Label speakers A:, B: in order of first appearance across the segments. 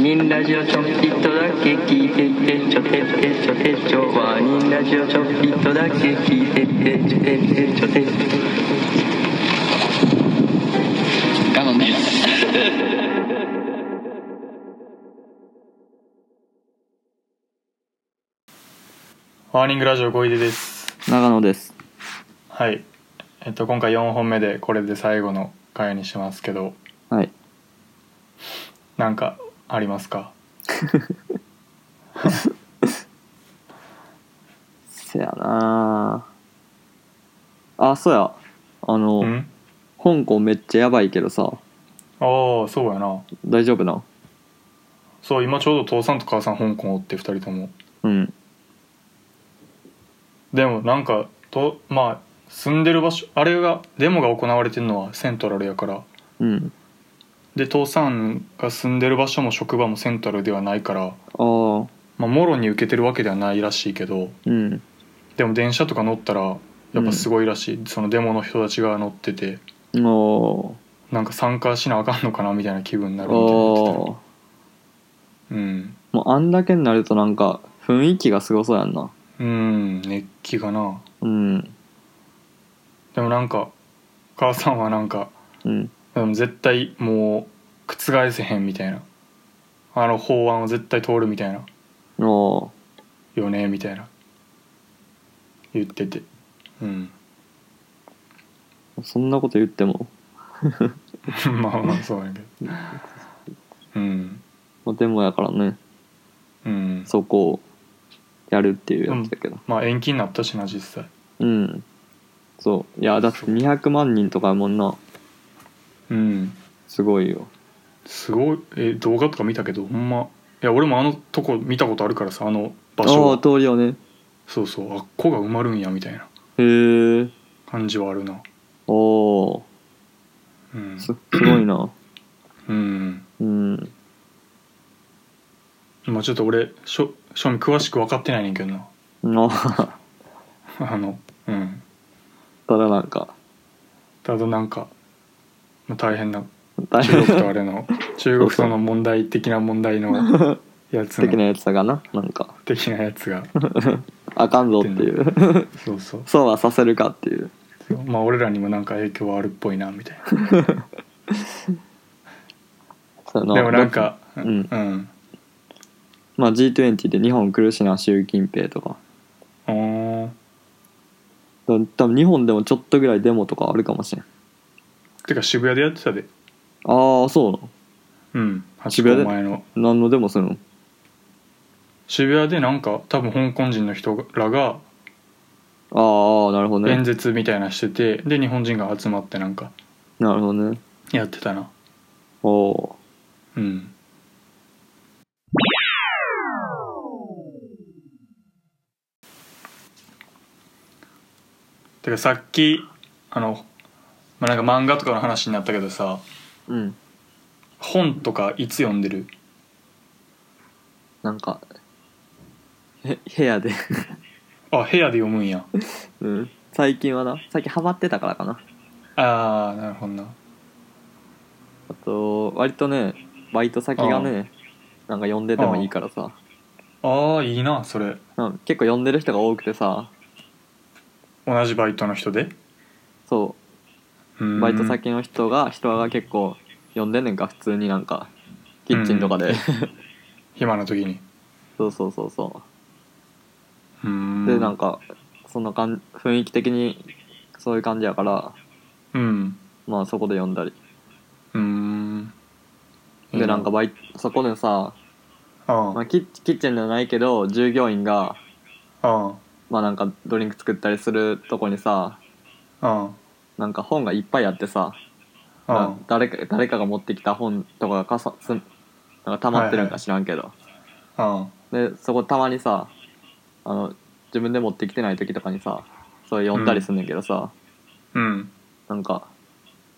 A: ニンラジオちょっぴっとだけ聞いてってちょてってちょてちょワニンラジオちょっぴっとだけ聞いてってちょてってちょて
B: 我慢です。
C: ワーニングラジオ小出です
D: 長野です
C: はいえっと今回4本目でこれで最後の回にしますけど
D: はい
C: なんかありますか
D: せやなああそうやあの、
C: うん
D: 香港めっちゃやばいけどさ
C: ああそうやな
D: 大丈夫なん
C: そう今ちょうど父さんと母さん香港おって2人とも
D: うん
C: でもなんかとまあ住んでる場所あれがデモが行われてるのはセントラルやから
D: うん
C: で父さんが住んでる場所も職場もセントラルではないから、
D: ああ
C: まあ、もろに受けてるわけではないらしいけど
D: うん
C: でも電車とか乗ったらやっぱすごいらしい、そのデモの人たちが乗ってて
D: お
C: なんか参加しなあかんのかなみたいな気分にな
D: あ
C: るみたいな言ってたよ
D: も
C: うん
D: うあんだけになるとなんか雰囲気がすごそうやんな
C: うん熱気がな
D: うん
C: でもなんか母さんはなんか
D: うん
C: でも絶対もう覆せへんみたいなあの法案は絶対通るみたいな
D: お
C: よねみたいな言っててうん
D: ーそんなこと言っても
C: まあまあそうやけどうん
D: まあでもやからね
C: うん
D: そこをやるっていうやつだけど
C: まあ延期になったしな実際
D: うん、そういやだって200万人とかやもんな
C: うん
D: すごいよ
C: すごいえ動画とか見たけどほんまいや俺もあのとこ見たことあるからさあの場
D: ああ
C: 所
D: 通りよね
C: そうそうあっこが埋まるんやみたいな
D: へえ
C: 感じはあるな
D: おー
C: うん
D: すすごいな
C: うん
D: うん
C: まあちょっと俺しょ正味詳しく分かってないねんけどな
D: あ
C: あのうん
D: ただなんか
C: ただなんか、まあ、大変な
D: 大
C: 中
D: 変
C: 国とあれの中国との問題的な問題のやつの
D: 的なやつだがななんか
C: 的なやつが
D: あかんぞっていう
C: そうそう
D: そうはさせるかっていう
C: まあ俺らにもなんか影響はあるっぽいなみたい
D: そうや
C: な
D: な
C: でもなんかうんんうん
D: まあ G20 で日本来るしな習近平とか
C: あー
D: 多分日本でもちょっとぐらいデモとかあるかもしれんあ
C: てか渋谷でやってたで
D: あそうなの
C: うん
D: 渋谷で
C: 8個前の
D: 何のデモするの
C: 渋谷でなんか多分香港人の人らが
D: ああなるほどね
C: 演説みたいなしてて、で日本人が集まってなんか
D: なるほどね
C: やってたな
D: おお
C: うんてかさっきあの、まあ、なんか漫画とかの話になったけどさ
D: ーうん
C: 本とかいつ読んでる
D: なんかへ部屋で
C: あ部屋で読むんや
D: うん最近はな最近ハマってたからかな
C: ああなるほどな
D: あと割とねバイト先がねなんか呼んでてもいいからさ
C: ああいいなそれ
D: なんか結構呼んでる人が多くてさ
C: 同じバイトの人で
D: そううんバイト先の人が人が結構呼んでんねんか普通になんかキッチンとかで、
C: 暇な時に
D: そうそうそうそうう、
C: ん
D: でなんかそんなかん雰囲気的にそういう感じやから
C: うん
D: まあそこで呼んだり
C: うんいい
D: でなんかバイそこでさ、
C: あ
D: ま
C: あ
D: あ、キッキッチンじゃないけど従業員が
C: あ
D: まあなんかドリンク作ったりするとこにさ
C: ああ
D: なんか本がいっぱいあってさ
C: あああ
D: な誰か誰かが持ってきた本とかがかさすなんか溜まってるんか知らんけど、
C: あ
D: でそこたまにさあの自分で持ってきてない時とかにさそれ読んだりすんねんけどさ、
C: うん
D: なんか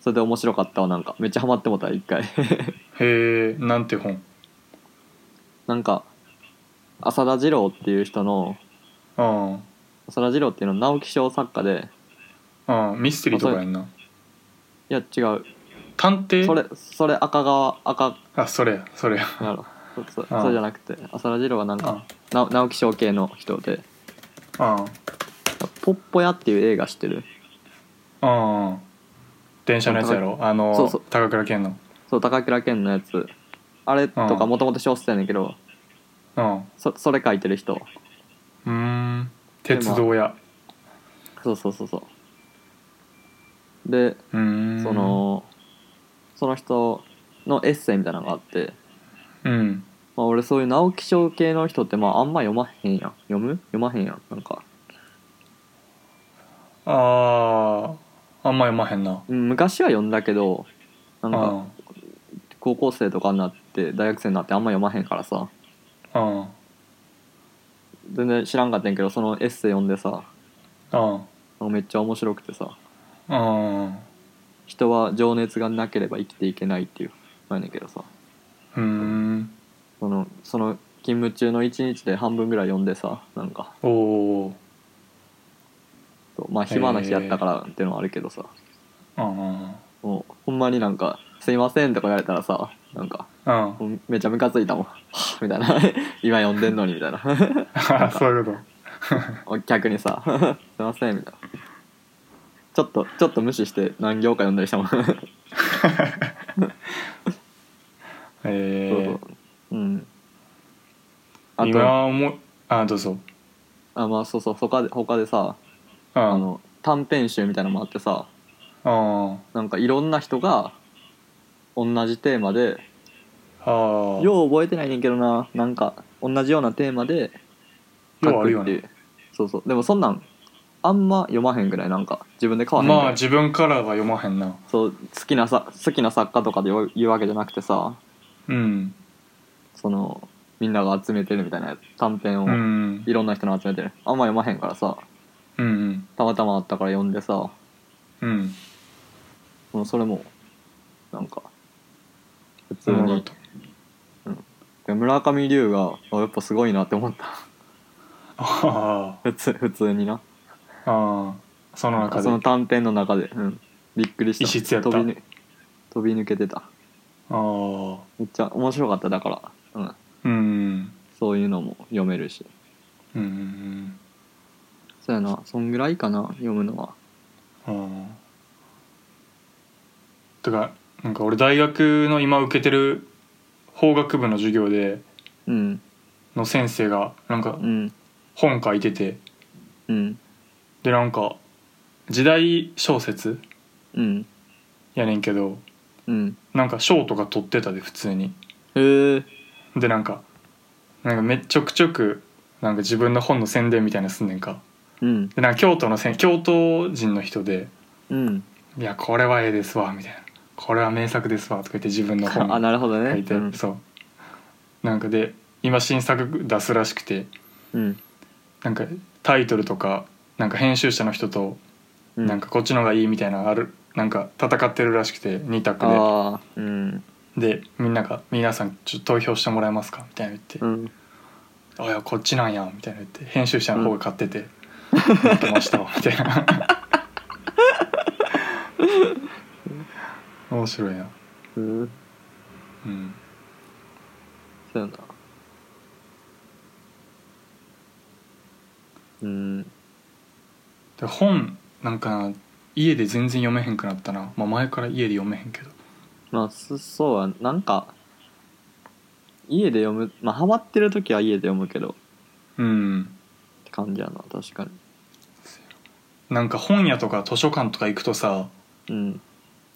D: それで面白かったわなんかめっちゃハマってもうた一回
C: へえなんて本
D: なんか浅田次郎っていう人の
C: あ
D: 浅田次郎っていうのは直木賞作家で
C: あああミステリーとかやんない
D: や違う
C: 探偵
D: それそれ赤川赤
C: あそれやそれや
D: なんやろそうそう
C: ああ
D: そうじゃなくて浅田次郎はなんかな直木賞系の人で
C: うん
D: 「ポッポヤ」っていう映画知ってる
C: うんうん電車のやつやろあの
D: そうそう
C: 高倉健の
D: そう高倉健のやつあれと
C: ああ
D: かもともと小説やねんけど
C: うんう
D: そそれ書いてる人
C: ーん鉄道屋
D: そうそうそうそうで
C: うーん
D: そのその人のエッセイみたいなのがあって、
C: うん
D: まあ、俺そういう直木賞系の人ってまああんま読まへんやん読む読まへんやんなんか
C: あああんま読まへんな
D: うん昔は読んだけどな
C: うんん
D: か高校生とかになって大学生になってあんま読まへんからさ
C: うん
D: 全然知らんかったんやけどそのエッセイ読んでさ
C: うん
D: なんかめっちゃ面白くてさ
C: うん
D: 人は情熱がなければ生きていけないっていうなんやねんけどさ
C: うーん
D: そのその勤務中の1日で半分ぐらい読んでさなんか
C: おお
D: そうまあ暇な日やったからっていうのはあるけどさ
C: ーうんうん
D: もうほんまになんか「すいません」とか言われたらさなんか
C: うん
D: もうめちゃムカついたもん「はぁみたいな 「今読んでんのに」みたいな
C: そう いうこと
D: お客にさ 「すいません」みたいなちょっとちょっと無視して何行か読んだりしたもんそう
C: え
D: そ
C: え
D: ううんあと
C: 今思いあどうぞ
D: あまあそうそう他で他でさ
C: うん
D: あの短編集みたいなのもあってさ
C: うん
D: なんかいろんな人が同じテーマで
C: ああ
D: よう覚えてないねんけどななんか同じようなテーマで書
C: ようある
D: く
C: よ
D: っていう
C: ね
D: そうそうでもそんなんあんま読まへんぐらいなんか自分で買わへんぐらい、
C: まあ自分からは読まへんな
D: そう好きなさ好きな作家とかで言う言うわけじゃなくてさ
C: うん
D: そのみんなが集めてるみたいなやつ短編
C: う
D: を
C: ん
D: いろんな人の集めてる、あんま読まへんからさ
C: うん
D: たまたまあったから読んでさ
C: うん
D: もうそれもなんか普通
C: おもろかっ
D: に
C: た
D: 村上龍があやっぱすごいなって思った
C: あ
D: 普通普通にな
C: あああその中で
D: その短編の中で、うん、びっくりした
C: 異質やった
D: 飛びぬ飛び抜けてた
C: ああ
D: めっちゃ面白かっただから、うん、
C: うん
D: そういうのも読めるし
C: うん
D: そうやなそんぐらいかな読むのは
C: うんてかなんか俺大学の今受けてる法学部の授業で
D: うん
C: の先生がなんか
D: うん
C: 本書いてて
D: うん
C: でなんか時代小説
D: うん
C: やねんけど
D: うん
C: なんか賞とか取ってたで普通に
D: へえ
C: でなんかなんかめっちょくちょくなんか自分の本の宣伝みたいなのすんねんか
D: うん
C: でなんか京都のせん京都人の人で
D: うん
C: 「いやこれはええですわ」みたいな「これは名作ですわ」とか言って自分の
D: あ
C: 本
D: なるほどね
C: 書いて、
D: うん
C: そうなんかで今新作出すらしくて
D: うん
C: なんかタイトルとかなんか編集者の人と
D: うん
C: なんかこっちのがいいみたいなのあるなんか戦ってるらしくて2択で
D: ああうん
C: でみんなが「皆さんちょっと投票してもらえますか」みたいなの言って
D: う
C: 「
D: ん
C: あいやこっちなんや」みたいなの言って編集者の方が買ってて「負けましたわ」みたい な面白いな
D: うん
C: うん
D: そうやなうん
C: で本なんかな家で全然読めへんくなったな、まあ、前から家で読めへんけど
D: まあそそうはなんか家で読むまあハマってる時は家で読むけど
C: うん
D: って感じやな確かに
C: なんか本屋とか図書館とか行くとさ
D: うん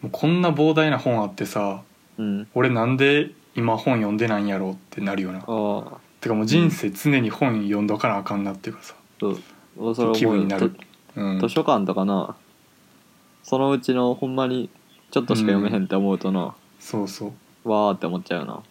C: もうこんな膨大な本あってさ
D: うん
C: 俺なんで今本読んでないんやろうってなるよな
D: ああ
C: てかもう人生常に本読んどかなあかんなっていうかさ、
D: そう俺それ
C: 気
D: 思うよ
C: 分になるうん、
D: 図書館とかなそのうちのほんまにちょっとしか読めへんって思うとな、
C: そうそう
D: わーって思っちゃうよな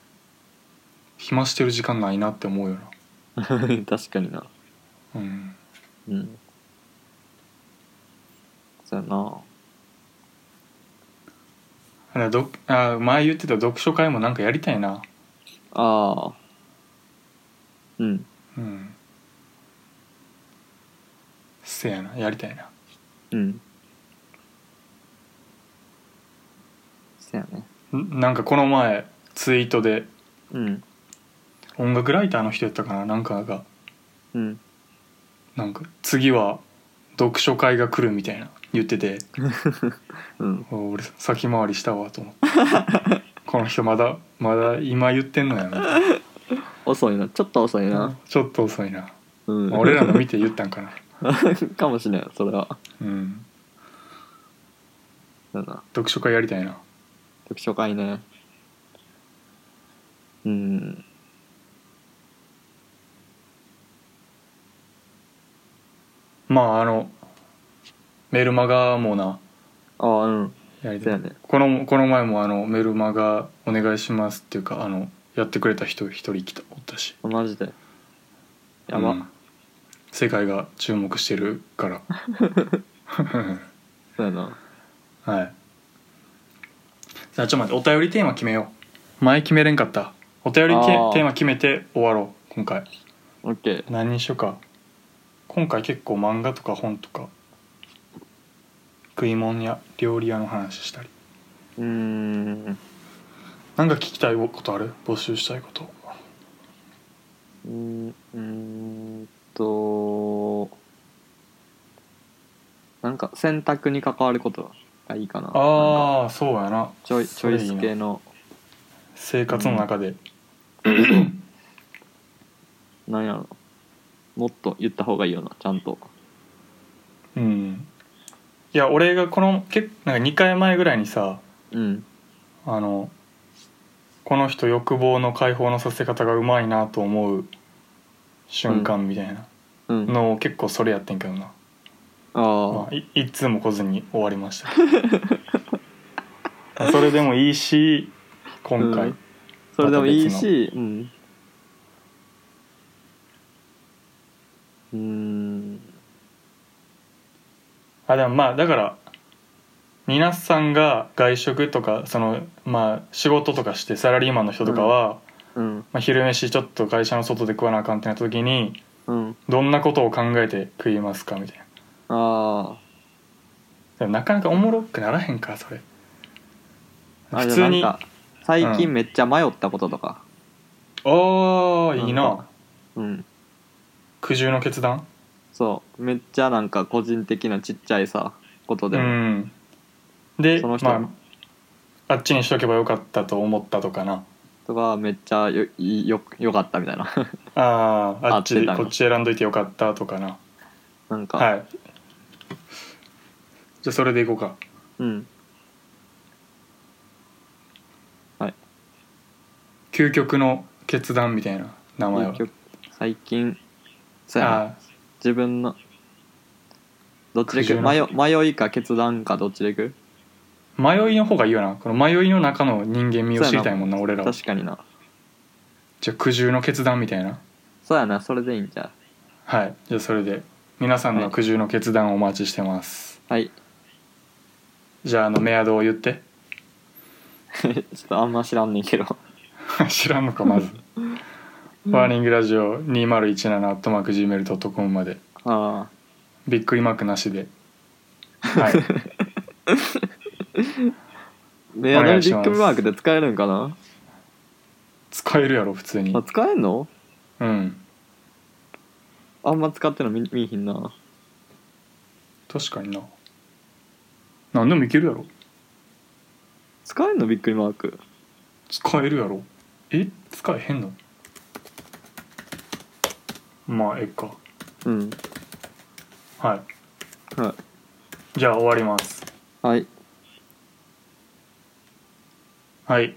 C: 暇してる時間ないなって思うよな
D: 確かにな
C: うん
D: うんそうやな
C: あれどあ前言ってた読書会もなんかやりたいな
D: ああうん
C: うんせやなやりたいな
D: うんそうやね
C: んなんかこの前ツイートで
D: うん
C: 音楽ライターの人やったかななんかが
D: うん
C: なんか次は読書会が来るみたいな言ってて
D: うん
C: お俺先回りしたわと思って この人まだまだ今言ってんのやな
D: 遅いなちょっと遅いな、
C: ちょっと遅いな、
D: うん、
C: まあ俺らの見て言ったんかな
D: かもしれんそれは
C: うん
D: だな
C: 読書会やりたいな
D: 読書会ねうん
C: まああのメルマガもな
D: ああうん
C: やり
D: そう
C: た
D: や
C: い
D: ね
C: このこの前もあのメルマガお願いしますっていうかあのやってくれた人一人来たおったし
D: マジでやば、
C: うん世界が注目してるから
D: そうやな
C: はいじゃあちょっと待ってお便りテーマ決めよう前決めれんかったお便りテ
D: あー
C: テーマ決めて終わろう今回
D: オッケー
C: 何にしようか今回結構漫画とか本とか食い物や料理屋の話したり
D: うーん
C: なんか聞きたいことある募集したいこと
D: うーんうーんとなんか選択に関わることがいいかななんか
C: ああそうやな
D: ちょいち
C: そ
D: ょい
C: れいいな
D: ス系の
C: 生活の中で、
D: なんやろもっと言った方がいいよなちゃんと
C: うんいや俺がこの結なんか2回前ぐらいにさ
D: うん
C: あのこの人欲望の解放のさせ方がうまいなと思う瞬間みたいな
D: うん
C: のを結構それやってんけどな、
D: あ
C: まあ、い一通も来ずに終わりまし たそれでもいいし今回、
D: うんあそれでもいいしうんうーん
C: あでもまあだからニナスさんが外食とかそのまあ仕事とかしてサラリーマンの人とかは、
D: うん
C: まあ、昼飯ちょっと会社の外で食わなあかんってなった時に
D: うん
C: どんなことを考えて食いますかみたいな
D: あ
C: でもなかなかおもろくならへんかそれ
D: ああ
C: 普
D: れ
C: 通
D: なん
C: に
D: か
C: あ
D: 最
C: う
D: 近
C: ん
D: めっちゃ迷ったこととか
C: あーい
D: な
C: い
D: ん
C: な
D: かうん
C: 苦渋の決断
D: そうめっちゃなんか個人的なちっちゃいさこと
C: う
D: でも、
C: んで
D: そ
C: ま
D: の人の
C: ああっちにしとけばよかったと思ったとかな
D: とかめっちゃよいよよかったみたいな
C: あああっ
D: 合っ
C: ち
D: てた
C: こっち選んどいてよかったとかな
D: なんか、
C: はいじゃあそれでいこうか
D: うん
C: 究極の決断みたいな名前は
D: 結局最近そうやな
C: あ
D: 自分のどっちでいく
C: 苦渋
D: 迷
C: の
D: 迷いか決断かどっちでいく
C: ー迷いの方がいいよなこの迷いの中の人間味を知りたいもんな俺らは
D: 確かにな
C: じゃあ苦渋の決断みたいな
D: そうやなそれでいいんじゃ
C: はいじゃあそれで皆さん
D: は
C: の
D: い
C: 苦渋の決断をお待ちしてます、
D: うはい
C: じゃああのメアドを言って
D: ちょっとあんま知らんねんけど
C: 知らんのかまず「ワーニングラジオ2017」「アットマーク Gmail.com」まで
D: ああ
C: びっくりマークなしで はい
D: メアド
C: お願
D: に
C: いし
D: ビ
C: ま
D: ッ
C: す
D: クマークで使えるんかな
C: 使えるやろ普通に
D: あ使えんの
C: うん
D: あんま使ってんの見見えひんな
C: 確かにな何でもいけるやろ
D: 使えんのびっくりマーク
C: 使えるやろえ使えへんのまあええか
D: うん
C: はい
D: は
C: じゃあ終わります
D: いはい
C: はい、
D: はい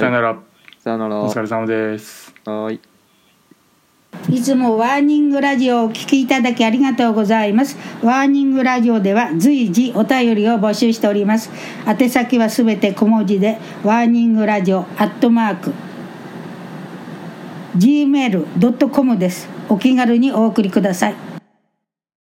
C: さよなら
D: さよなら
C: お疲れ様です
D: はい
E: いつもワーニングラジオをお聞きいただきありがとうございます。ワーニングラジオでは随時お便りを募集しております。宛先はすべて小文字で、ワーニングラジオアットマーク、gmail.com です。お気軽にお送りください。